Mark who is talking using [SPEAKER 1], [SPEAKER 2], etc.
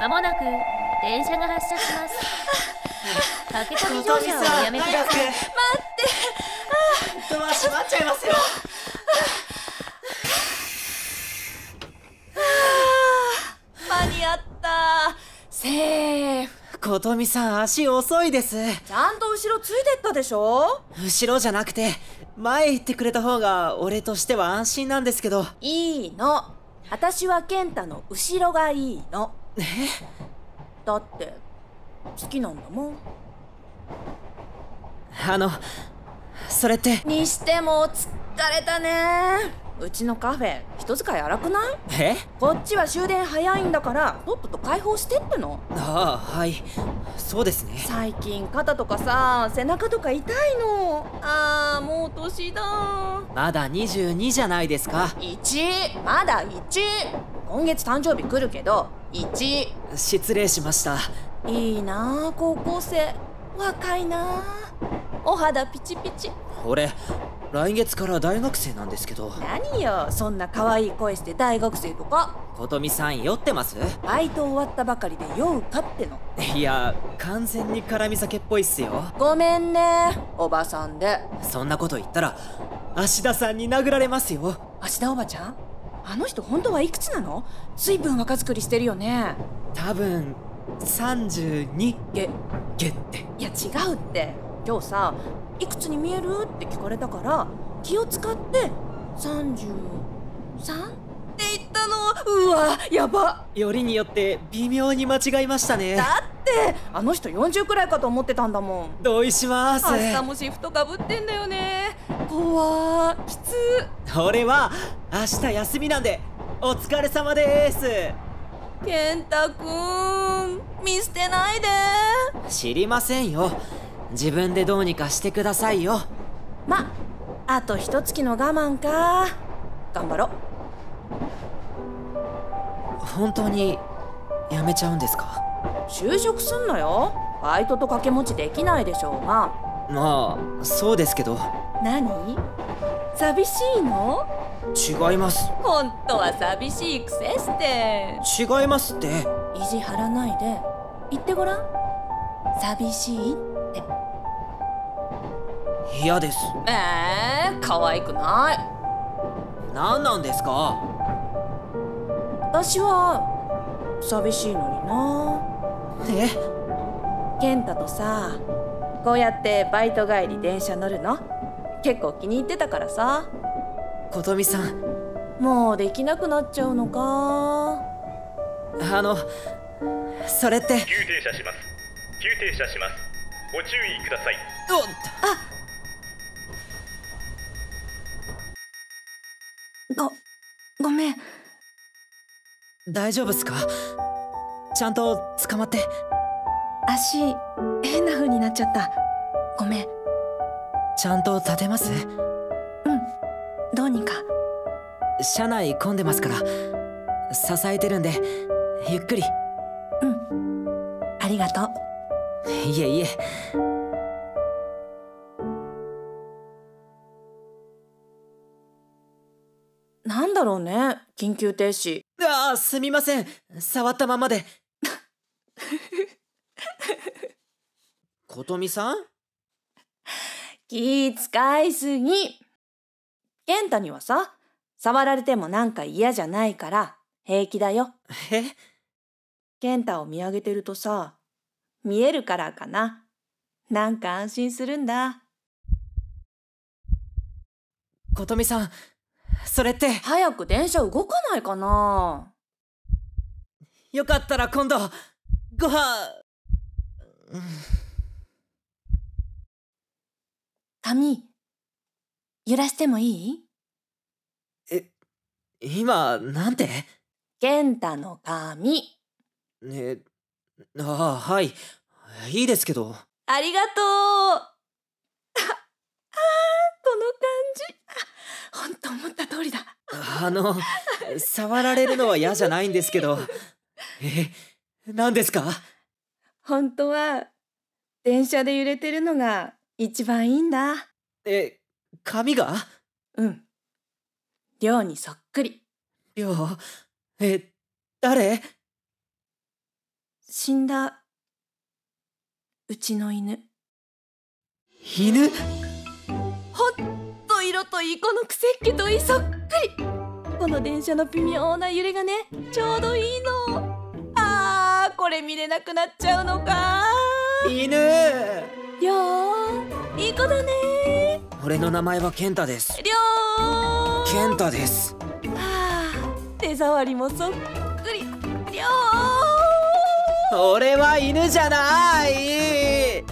[SPEAKER 1] まもなく電車が発車します駆け込み乗車をおやめください
[SPEAKER 2] ドア閉まっちゃいますよ
[SPEAKER 3] 間に合ったセーフ
[SPEAKER 2] 琴美さん足遅いです
[SPEAKER 3] ちゃんと後ろついてったでしょ
[SPEAKER 2] 後ろじゃなくて前行ってくれた方が俺としては安心なんですけど
[SPEAKER 3] いいの私は健太の後ろがいいの
[SPEAKER 2] え
[SPEAKER 3] だって好きなんだもん
[SPEAKER 2] あのそれって
[SPEAKER 3] にしても疲れたねうちのカフェ人使い荒くない
[SPEAKER 2] え
[SPEAKER 3] こっちは終電早いんだからとっとと解放してっての
[SPEAKER 2] ああはいそうですね
[SPEAKER 3] 最近肩とかさ背中とか痛いのあーもう年だ
[SPEAKER 2] まだ22じゃないですか
[SPEAKER 3] 1まだ1今月誕生日来るけど1
[SPEAKER 2] 失礼しました
[SPEAKER 3] いいなあ高校生若いなあお肌ピチピチ
[SPEAKER 2] 俺来月から大学生なんですけど
[SPEAKER 3] 何よそんな可愛い声して大学生とか
[SPEAKER 2] 琴美さん酔ってます
[SPEAKER 3] バイト終わったばかりで酔うかっての
[SPEAKER 2] いや完全に絡み酒っぽいっすよ
[SPEAKER 3] ごめんねおばさんで
[SPEAKER 2] そんなこと言ったら芦田さんに殴られますよ
[SPEAKER 3] 芦田おばちゃんあの人本当はいくつなの随分若作りしてるよね
[SPEAKER 2] 多分32
[SPEAKER 3] げ
[SPEAKER 2] ゲって
[SPEAKER 3] いや違うって今日さ「いくつに見える?」って聞かれたから気を使って「33?」って言ったのうわやば
[SPEAKER 2] よりによって微妙に間違いましたね
[SPEAKER 3] だってあの人40くらいかと思ってたんだもん
[SPEAKER 2] 同意します
[SPEAKER 3] 明日もシフトかぶってんだよね怖ーきつ
[SPEAKER 2] 俺は明日休みなんでお疲れ様で
[SPEAKER 3] 健太くん見捨てないです
[SPEAKER 2] 知りませんよ自分でどうにかしてくださいよ
[SPEAKER 3] まあと一月の我慢か頑張ろう
[SPEAKER 2] 本当にやめちゃうんですか
[SPEAKER 3] 就職すんなよバイトと掛け持ちできないでしょうが
[SPEAKER 2] まあそうですけど
[SPEAKER 3] 何寂しいの
[SPEAKER 2] 違います
[SPEAKER 3] 本当は寂しいくせして
[SPEAKER 2] 違いますって
[SPEAKER 3] 意地張らないで言ってごらん寂しいって
[SPEAKER 2] 嫌です
[SPEAKER 3] えー、可愛くない
[SPEAKER 2] 何なんですか
[SPEAKER 3] 私は寂しいのにな
[SPEAKER 2] え
[SPEAKER 3] 健太とさこうやってバイト帰り電車乗るの結構気に入ってたからさ
[SPEAKER 2] 琴美さん
[SPEAKER 3] もうできなくなっちゃうのか
[SPEAKER 2] あのそれって
[SPEAKER 4] 急停車します急停車しますご注意ください
[SPEAKER 2] おっ
[SPEAKER 3] ごごめん
[SPEAKER 2] 大丈夫っすかちゃんと捕まって
[SPEAKER 3] 足変な風になっちゃったごめん
[SPEAKER 2] ちゃんと立てます
[SPEAKER 3] どうにか
[SPEAKER 2] 車内混んでますから支えてるんでゆっくり
[SPEAKER 3] ありがとう
[SPEAKER 2] いえいえ
[SPEAKER 3] なんだろうね緊急停止
[SPEAKER 2] ああすみません触ったままで琴美さん
[SPEAKER 3] 気使いすぎ健太にはさ触られてもなんか嫌じゃないから平気だよ
[SPEAKER 2] え
[SPEAKER 3] 健太を見上げてるとさ見えるからかななんか安心するんだ
[SPEAKER 2] 琴美さんそれって
[SPEAKER 3] 早く電車動かないかな
[SPEAKER 2] よかったら今度ご飯
[SPEAKER 3] 髪揺らしてもいい
[SPEAKER 2] 今なんて
[SPEAKER 3] 健太の髪
[SPEAKER 2] ねああはいいいですけど
[SPEAKER 3] ありがとう ああこの感じ 本当思った通りだ
[SPEAKER 2] あの触られるのは嫌じゃないんですけどえ何ですか
[SPEAKER 3] 本当は電車で揺れてるのが一番いいんだ
[SPEAKER 2] え髪が
[SPEAKER 3] うん寮にそっくり
[SPEAKER 2] ようえ誰
[SPEAKER 3] 死んだうちの犬
[SPEAKER 2] 犬
[SPEAKER 3] ほっと色とイコのクセッキといそっくりこの電車の微妙な揺れがねちょうどいいのあーこれ見れなくなっちゃうのか
[SPEAKER 2] 犬
[SPEAKER 3] よーいい子だね
[SPEAKER 2] 俺の名前は健太です。
[SPEAKER 3] りょー
[SPEAKER 2] 健太です。
[SPEAKER 3] あー手触りもそっくりりょー
[SPEAKER 2] 俺は犬じゃない